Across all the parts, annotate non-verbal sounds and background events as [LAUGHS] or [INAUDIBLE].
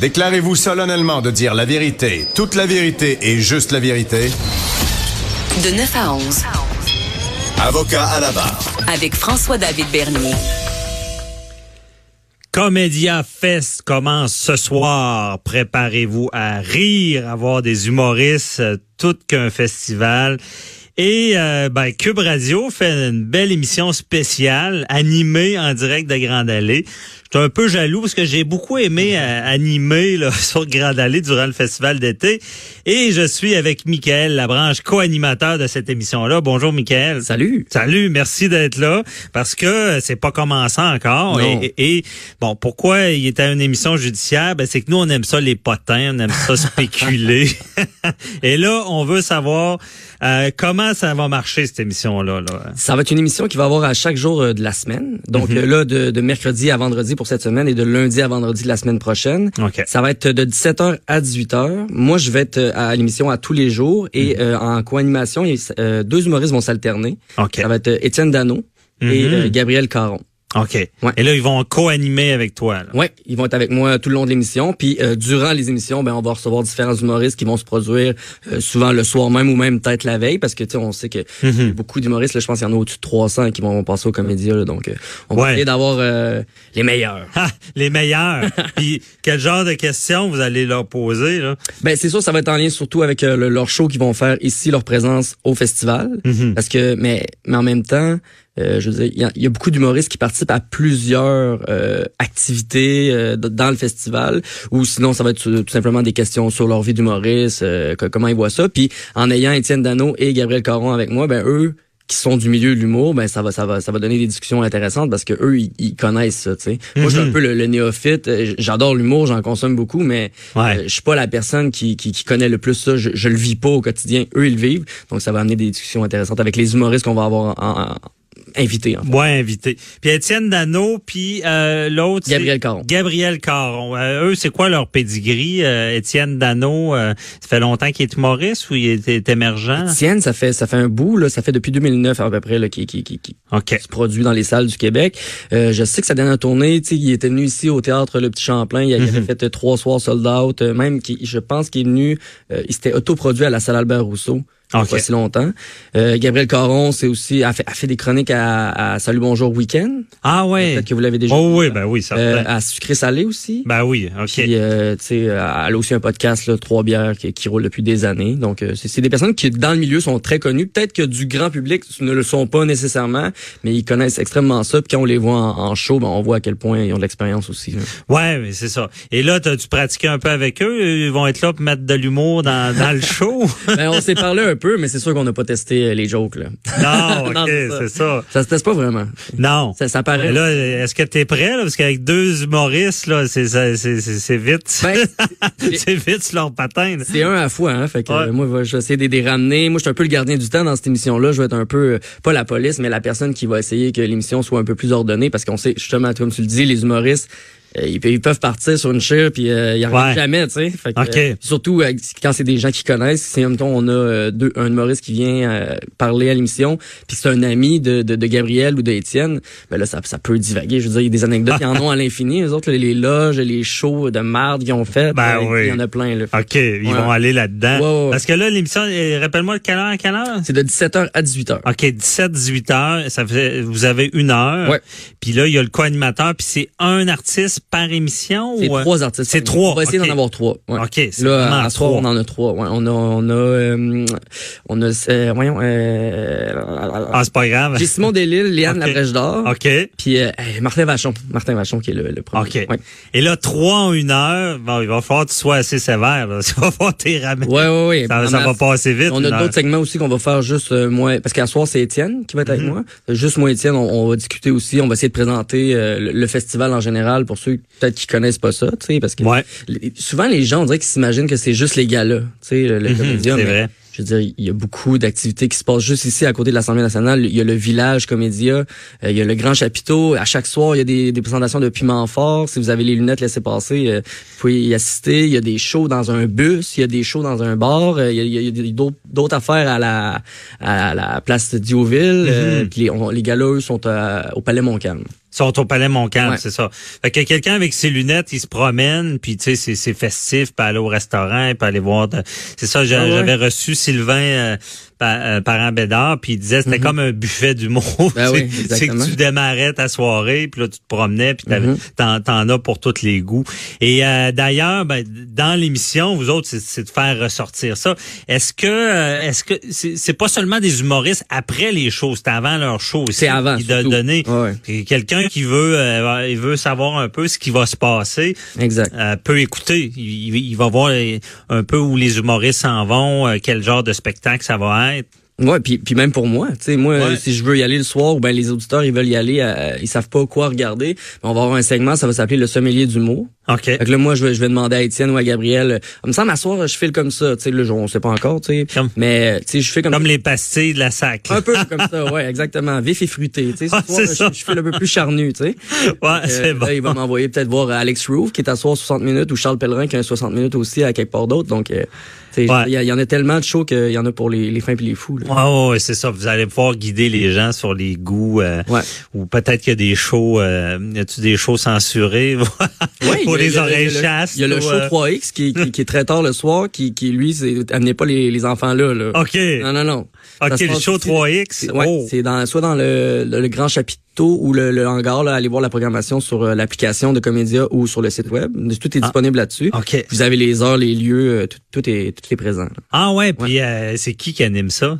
Déclarez-vous solennellement de dire la vérité, toute la vérité et juste la vérité. De 9 à 11, Avocat à la barre. avec François-David Bernier. Comédia Fest commence ce soir. Préparez-vous à rire, à voir des humoristes, euh, tout qu'un festival. Et euh, ben, Cube Radio fait une belle émission spéciale, animée en direct de Grande Allée. J'étais un peu jaloux parce que j'ai beaucoup aimé euh, animer là, [LAUGHS] sur Grande Allée durant le festival d'été. Et je suis avec Michael Labranche, co-animateur de cette émission-là. Bonjour Michael. Salut. Salut, merci d'être là parce que euh, c'est pas commencé encore. Non. Et, et- et, bon, pourquoi il était à une émission judiciaire Ben, c'est que nous on aime ça les potins, on aime [LAUGHS] ça spéculer. et là, on veut savoir euh, comment ça va marcher cette émission là. là. Ça va être une émission qui va avoir à chaque jour euh, de la semaine. Donc Mhm. euh, là, de, de mercredi à vendredi pour cette semaine et de lundi à vendredi de la semaine prochaine. Ok. Ça va être euh, de 17h à 18h. Moi, je vais être euh, à l'émission à tous les jours Mhm. et euh, en co-animation, il- euh, deux humoristes vont s'alterner. Ok. Ça va être euh, Étienne Dano et Mhm. euh, Gabriel Caron. Ok. Ouais. Et là, ils vont co-animer avec toi. là. Ouais, ils vont être avec moi tout le long de l'émission. Puis euh, durant les émissions, ben on va recevoir différents humoristes qui vont se produire euh, souvent le soir même ou même peut-être la veille, parce que tu sais, on sait que il y a beaucoup d'humoristes. là, Je pense qu'il y en a au-dessus de 300 qui vont passer au comédien. là. donc, euh, on Ouais. va essayer d'avoir euh, les meilleurs. Ah, les [LAUGHS] meilleurs. Puis quel genre de questions vous allez leur poser là Ben c'est sûr, ça va être en lien surtout avec euh, le- leur show qu'ils vont faire ici, leur présence au festival, parce que mais mais en même temps, euh, je veux dire, il y a- il y, a beaucoup d'humoristes qui participent à plusieurs euh, activités euh, d- dans le festival, ou sinon ça va être tout, tout simplement des questions sur leur vie d'humoriste, euh, co- comment ils voient ça, puis en ayant Étienne Dano et Gabriel Caron avec moi, ben eux qui sont du milieu de l'humour, ben ça va, ça va, ça va donner des discussions intéressantes parce que eux, ils, ils connaissent ça. tu sais. Moi, je suis un peu le, le néophyte. euh, j- J'adore l'humour, j'en consomme beaucoup, mais Ouais. euh, je suis pas la personne qui, qui, qui connaît le plus ça. Je, je le vis pas au quotidien. Eux, ils le vivent. Donc, ça va amener des discussions intéressantes avec les humoristes qu'on va avoir en- en- invités. en fait. Ouais, invité. Puis Étienne Dano, puis euh, l'autre. c'est- Gabriel Caron. Gabriel Caron. Euh, eux, c'est quoi leur pedigree? Euh, Étienne Dano, euh, ça fait longtemps qu'il est humoriste ou il est, est émergent? Étienne, ça fait ça fait un bout là, ça fait depuis 2009 à peu près là, qui, qui, qui, qui OK. se produit dans les salles du Québec. Euh, je sais que sa dernière tournée, tu sais, il était venu ici au théâtre Le Petit Champlain, il avait Mm-hmm. fait euh, trois soirs sold out, euh, même qui, je pense qu'il est venu, euh, il s'était autoproduit à la salle Albert Rousseau. il y a Ok. Pas si longtemps. Euh, Gabriel Caron, c'est aussi a fait, a fait des chroniques à, à Salut Bonjour Week-end. Ah ouais. Peut-être que vous l'avez déjà. Oh vu, oui, là. ben oui, certain. Euh, à Sucré Salé aussi. ben oui, OK. Puis, euh, tu sais, euh, elle a aussi un podcast, là, Trois bières, qui, qui roule depuis des années. Donc, euh, c'est c'est des personnes qui, dans le milieu, sont très connues. Peut-être que du grand public ne le sont pas nécessairement, mais ils connaissent extrêmement ça. Puis quand on les voit en, en show, ben, on voit à quel point ils ont de l'expérience aussi. là. [LAUGHS] Ouais, mais c'est ça. Et là, t'as dû pratiquer un peu avec eux. Ils vont être là pour mettre de l'humour dans, dans le [LAUGHS] show. ben, on s'est parlé un peu, mais c'est sûr qu'on n'a pas testé euh, les jokes. Là. non, OK, Non, c'est ça. c'est ça. Ça se teste pas vraiment. Non. Ça, ça paraît. Mais Ben Là, est-ce que t'es prêt? Là? Parce qu'avec deux humoristes, là, c'est, ça- c'est, c'est, c'est vite. Ben, c'est- c'est vite sur leur patin. là. [LAUGHS] C'est un à la fois, hein. Fait que Ouais. euh, moi, va- je vais essayer de les ramener. Moi, je suis un peu le gardien du temps dans cette émission-là. Je vais être un peu, euh, pas la police, mais la personne qui va essayer que l'émission soit un peu plus ordonnée parce qu'on sait, justement, comme tu le dis, les humoristes, euh, ils, pe- ils peuvent partir sur une chire puis euh, ils reviennent Ouais. jamais, tu sais. Fait que, Ok. euh, surtout euh, quand c'est des gens qui connaissent. Si, en même temps, on a euh, deux, un humoriste qui vient euh, parler à l'émission puis c'est un ami de, de, de Gabriel ou d'Étienne, ben là, ça, ça peut divaguer. Je veux dire, il y a des anecdotes, ils [LAUGHS] en ont à l'infini. Les autres, là, les loges, les shows de marde qu'ils ont fait, Ben euh, oui. il y en a plein, là. OK, ils Ouais. vont aller là-dedans. Ouais, ouais. Parce que là, l'émission, euh, rappelle-moi, quelle heure à quelle heure? C'est de 17h à 18h. OK, 17-18 heures, ça fait, vous avez une heure. Ouais. Puis là, il y a le co-animateur, puis c'est un artiste par émission? C'est ou, euh, trois artistes. C'est trois, On va essayer ok. d'en avoir trois. ouais. OK, c'est vraiment Là, à- à soir, trois. on en a trois. ouais. On a, on a, euh, on a, euh, voyons, euh, Ah, c'est pas grave. j'ai Simon Delille, Léane Ok. Labrèche d'Or, OK. puis euh, hey, Martin Vachon. Martin Vachon qui est le, le premier. OK. Ouais. Et là, trois en une heure, bon, il va falloir que tu sois assez sévère. Là. [LAUGHS] Il va falloir que t'y ramènes. Ouais, ouais, ouais. [LAUGHS] Ça, ça En va masse. passer vite. On une a heure. d'autres segments aussi qu'on va faire juste euh, moi, parce qu'à soir c'est Étienne qui va être Mhm. avec moi. Juste moi Étienne, on, on va discuter aussi, on va essayer de présenter euh, le, le festival en général pour ceux peut-être qui connaissent pas ça, tu sais, parce que Ouais. les- souvent les gens on dirait qu'ils s'imaginent que c'est juste les galas, tu sais, le, le comédien. Mhm, c'est mais vrai. Je veux dire, il y a beaucoup d'activités qui se passent juste ici à côté de l'Assemblée nationale. Il y a le village comédia, euh, il y a le grand chapiteau. À chaque soir, il y a des, des présentations de piments forts. Si vous avez les lunettes laissez passer, euh, vous pouvez y assister. Il y a des shows dans un bus, il y a des shows dans un bar, euh, il y a, il y a- il y a des- d'autres- d'autres affaires à Mhm. la, à la place de Diouville. euh, puis les, on- les galas, eux, sont à- euh, au Palais Montcalm. sont au Palais Montcalm, Ouais. c'est ça. Fait que quelqu'un avec ses lunettes, il se promène, puis tu sais, c'est- c'est festif, puis aller au restaurant, puis aller voir. de- C'est ça, j'a- Ah ouais. j'avais reçu Sylvain euh, pa- euh, Parent-Bédard, puis il disait c'était comme un buffet d'humour. [LAUGHS] Mm-hmm. Ben C'est- oui, c'est que exactement. tu démarrais ta soirée, puis là, tu te promenais, puis t'avais- Mhm. t'en t'en as pour tous les goûts. Et euh, d'ailleurs, ben, dans l'émission, vous autres, c'est- c'est de faire ressortir ça. Est-ce que euh, est-ce que c'est c'est pas seulement des humoristes après les shows, c'est avant leur show aussi C'est avant, qui doivent surtout. donner. Ouais, ouais. Puis Quelqu'un qui veut euh, il veut savoir un peu ce qui va se passer Exact. euh, peut écouter. Il, il- il va voir euh, un peu où les humoristes s'en vont, euh, quel genre de spectacle ça va être. Ouais, puis, puis même pour moi, tu sais, moi, Ouais. si je veux y aller le soir, ou ben les auditeurs ils veulent y aller, euh, ils savent pas quoi regarder. On va avoir un segment, ça va s'appeler le sommelier du mot. OK. Fait que là, moi, je vais, je vais demander à Étienne ou à Gabriel. euh, Il me semble à soir, je file comme ça. Tu sais, là, je- on sait pas encore, tu sais. Comme- Mais, euh, tu sais, je fais comme, Comme les pastilles de la sac. là. un peu comme ça, ouais, exactement. Vif et fruité, tu sais. Ce Ah, soir, c'est je- ça. je, file un peu plus charnu, tu sais. [LAUGHS] [LAUGHS] Ouais, Euh, c'est bon. Là, il va m'envoyer peut-être voir euh, Alex Roof, qui est à soir 60 minutes, ou Charles Pellerin, qui a un 60 minutes aussi à quelque part d'autre. Donc, euh, tu sais, Ouais. il y, a- il y en a tellement de shows qu'il y en a pour les, les fins puis les fous, là. Ah ouais, c'est ça. Vous allez pouvoir guider les gens sur les goûts. euh, Ouais. Ou peut-être qu'il y a des shows. Euh, y a-tu des shows censurés [LAUGHS] pour Ouais, il y a- il les y a- oreilles il y a le- chastes? Il y a le ou, show euh, 3X qui, qui, qui est très tard le soir, qui, qui lui, c'est amenez pas les, les enfants là. là. Ok. Non, non, non. Ça Ok, se le passe show ici. 3X. C'est- ouais, oh. c'est dans soit dans le, le- le grand chapiteau ou le, le hangar. Là, allez voir la programmation sur euh, l'application de Comédia ou sur le site web. Tout est disponible là-dessus. Ah. Ok. Vous avez les heures, les lieux, euh, tout, tout est tout est présent. là. Ah ouais, puis euh, c'est qui qui anime ça?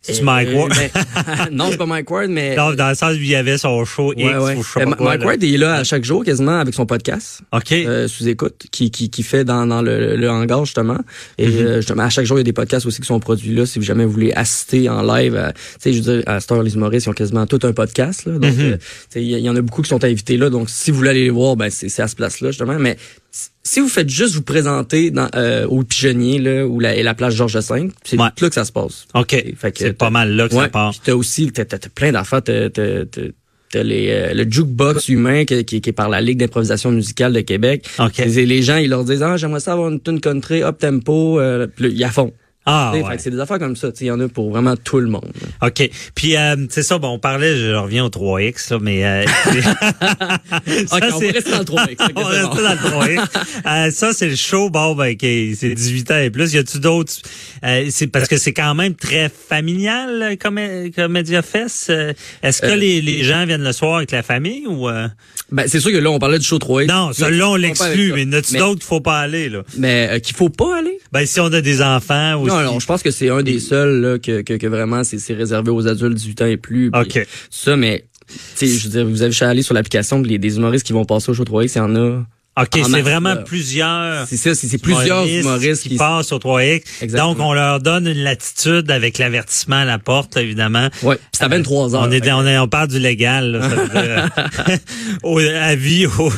C'est Euh, Mike Ward. mais- [LAUGHS] non, c'est pas Mike Ward, mais Non, [LAUGHS] dans le sens où il y avait son show Ouais, X ouais. ou je sais Euh, pas Ma- quoi, Mike là. Ward est là à chaque jour quasiment avec son podcast. OK. euh, sous écoute qui, qui, qui fait dans, dans le, le hangar justement et euh, justement à chaque jour il y a des podcasts aussi qui sont produits là si jamais vous voulez assister en live à- tu sais je veux dire à cette heure les humoristes ils ont quasiment tout un podcast là donc euh, tu sais, il y, il y en a beaucoup qui sont invités là donc si vous voulez aller les voir ben c'est c'est à ce place là justement mais si- si vous faites juste vous présenter dans, euh, au pigeonnier là ou la, et la place Georges V c'est Ouais. tout là que ça se passe OK. Et fait que C'est pas t'as- mal là que ça ouais, part. puis t'as aussi t'as, t'as- t'as plein d'affaires t'as, t'as- t'as- t'as les, euh, le jukebox humain qui, qui, qui est par la Ligue d'improvisation musicale de Québec. OK. Les, les gens, ils leur disent Ah, j'aimerais ça avoir une tune country, up tempo. Euh, puis là, ils la font. Ah, Tu sais, ouais. fait que c'est des affaires comme ça. tu sais, Il y en a pour vraiment tout le monde. OK. Puis, euh, c'est ça, bon, on parlait, je reviens au 3X, là, mais... Euh, [LAUGHS] [LAUGHS] ça, OK, on c'est- va rester dans le 3X, ok, [LAUGHS] on va c'est bon. rester dans le 3X. Euh, ça, c'est le show, bon, ben, qui est- c'est 18 ans et plus. Y a-tu d'autres... euh, c'est parce que c'est quand même très familial, euh, comme, euh, comme Media Fest. Euh, Est-ce que Euh, les, les gens viennent le soir avec la famille ou... euh? Ben, c'est sûr que là, on parlait du show 3X. Non, Mais- celui-là, on Euh, pas avec l'exclut, ça. mais n'as-tu Mais- d'autres qu'il faut pas aller, là? Mais euh, qu'il faut pas aller. Ben, si on a des enfants aussi... Non, non, je pense que c'est un des seuls là, que, que, que vraiment c'est c'est réservé aux adultes 18 ans et plus. puis OK. Ça, mais tu sais, je veux dire, vous avez juste à aller sur l'application, puis les des humoristes qui vont passer au show 3X, il y en a. OK, En c'est masse, vraiment là. plusieurs... C'est ça, c'est c'est plusieurs humoristes Ah. qui, qui. passent au 3X. Exactement. Donc, on leur donne une latitude avec l'avertissement à la porte, évidemment. Ouais, puis c'est à 23 heures. Ah, On, est, on, est- on parle du légal, là, ça veut dire, [LAUGHS] [LAUGHS] au, à vie, au-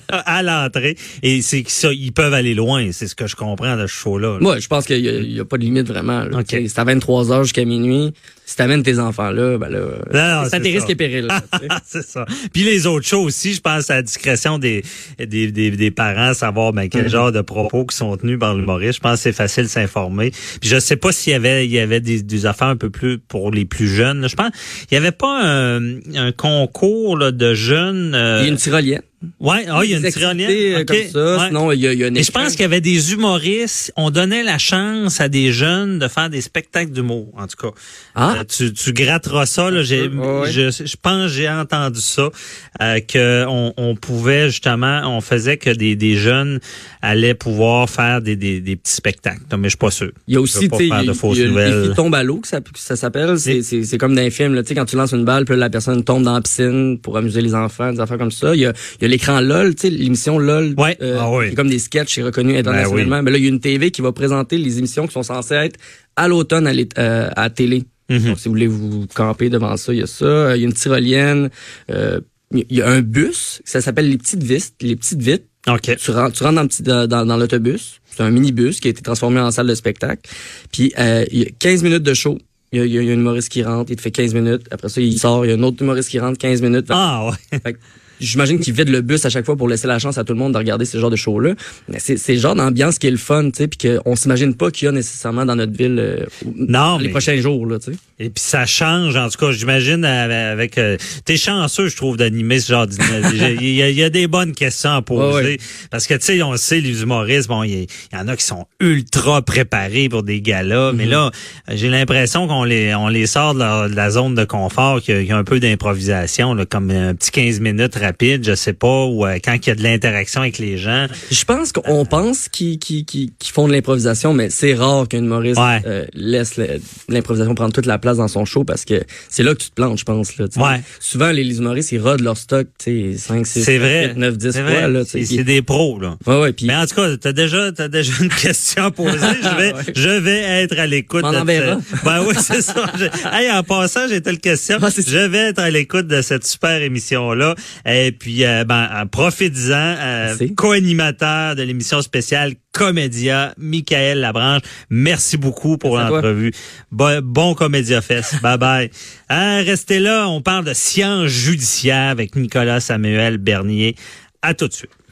[LAUGHS] à l'entrée. Et c'est que ça, ils peuvent aller loin, c'est ce que je comprends de ce show-là. là. Moi, je pense qu'il y a, il y a pas de limite vraiment. là. OK. Tu sais, C'est à 23 heures jusqu'à minuit. Si t'amènes tes enfants là, ben là, Non, non, c'est c'est à tes ça. risques et [LAUGHS] périls. là, tu sais. Ah, c'est ça. Puis les autres shows aussi, je pense à la discrétion des, des, des, des parents, savoir ben, Mm-hmm. quel genre de propos qui sont tenus par l'humoriste. Je pense que c'est facile de s'informer. Puis je sais pas s'il y avait, il y avait des, des affaires un peu plus pour les plus jeunes. là. Je pense il y avait pas un, un concours là, de jeunes. euh, Il y a une tyrolienne. Ouais, ah, il y a une Des tyrolienne. activités, euh, OK, Comme ça. ouais. Sinon, il y a, il y a une Et je pense qu'il y avait des humoristes. On donnait la chance à des jeunes de faire des spectacles d'humour, en tout cas. Ah. Euh, tu, tu gratteras ça. Là, j'ai, Ouais, ouais. je, je pense que j'ai entendu ça, euh, que on, on pouvait justement, on faisait que des, des jeunes allaient pouvoir faire des, des, des petits spectacles. Non, mais je suis pas sûr. Il Je y a veux aussi, pas tu sais, il y faire a- de il fausses y a le nouvelles. défi tombe à l'eau que ça, que ça s'appelle. C'est, c'est, c'est comme dans les films, là, tu sais, quand tu lances une balle, puis là, la personne tombe dans la piscine pour amuser les enfants, des affaires comme ça. Il y a, il y a l'écran LOL, tu sais, l'émission LOL. euh, Ouais. Ah oui. Ben qui est comme des sketchs, c'est reconnu internationalement. Mais là, il y a une TV qui va présenter les émissions qui sont censées être à l'automne à, l'é- euh, à la télé. Mm-hmm. Donc, si vous voulez vous camper devant ça, il y a ça. Euh, Il y a une tyrolienne. euh, il y a un bus, ça s'appelle les petites vistes, les petites vites. OK. Tu rentres, tu rentres dans, le petit- dans, dans- dans l'autobus. C'est un minibus qui a été transformé en salle de spectacle. Puis, euh, il y a 15 minutes de show. Il y, a, il y a- il y a un humoriste qui rentre, il te fait 15 minutes. Après ça, il sort, il y a un autre humoriste qui rentre, 15 minutes. Fait- Ah ouais. fait que j'imagine qu'ils vident le bus à chaque fois pour laisser la chance à tout le monde de regarder ce genre de show-là. Mais c'est, c'est le genre d'ambiance qui est le fun, tu sais, puis qu'on s'imagine pas qu'il y a nécessairement dans notre ville euh, Non, dans les mais- prochains jours, là, tu sais. Et puis ça change, en tout cas, j'imagine, euh, avec... euh, T'es chanceux, je trouve, d'animer ce genre [LAUGHS] d'initiative. Il y, a- il y a des bonnes questions à poser. Ouais, ouais. Parce que, tu sais, on le sait, les humoristes, bon, il y, il y en a qui sont ultra préparés pour des galas. Mhm. Mais là, euh, j'ai l'impression qu'on les on les sort de la, de la zone de confort, qu'il y, a- qu'il y a un peu d'improvisation, là, comme un petit 15 minutes rapide, je sais pas, ou euh, quand il y a de l'interaction avec les gens. Je pense qu'on pense qu'ils qu'ils- qu'ils- qu'ils font de l'improvisation, mais c'est rare qu'un humoriste Ouais. euh, laisse le- l'improvisation prendre toute la place dans son show parce que c'est là que tu te plantes, je pense. Là, tu sais. Ouais. Souvent, les, les humoristes, ils rodent leur stock 5, 6, C'est vrai. 7, 9, 10 C'est fois. vrai. Là, tu sais. C'est c'est des pros, là. Ouais, ouais, puis Mais en tout cas, t'as déjà, t'as déjà une [LAUGHS] question à poser. Je vais, Ouais. je vais être à l'écoute. M'en de enverra. [LAUGHS] cette- Ben oui, c'est ça. Je- Hey, en passant, j'ai telle question. Ah, c'est ça. je vais être à l'écoute de cette super émission là. Et puis, euh, ben, en profitant, euh, Merci. co-animateur de l'émission spéciale Comédia, Michael Labranche. Merci beaucoup pour Merci à toi. l'entrevue. Bon, bon Comédia [LAUGHS] Fest. bye bye. Hein, restez là. On parle de science judiciaire avec Nicolas Samuel Bernier. À tout de suite.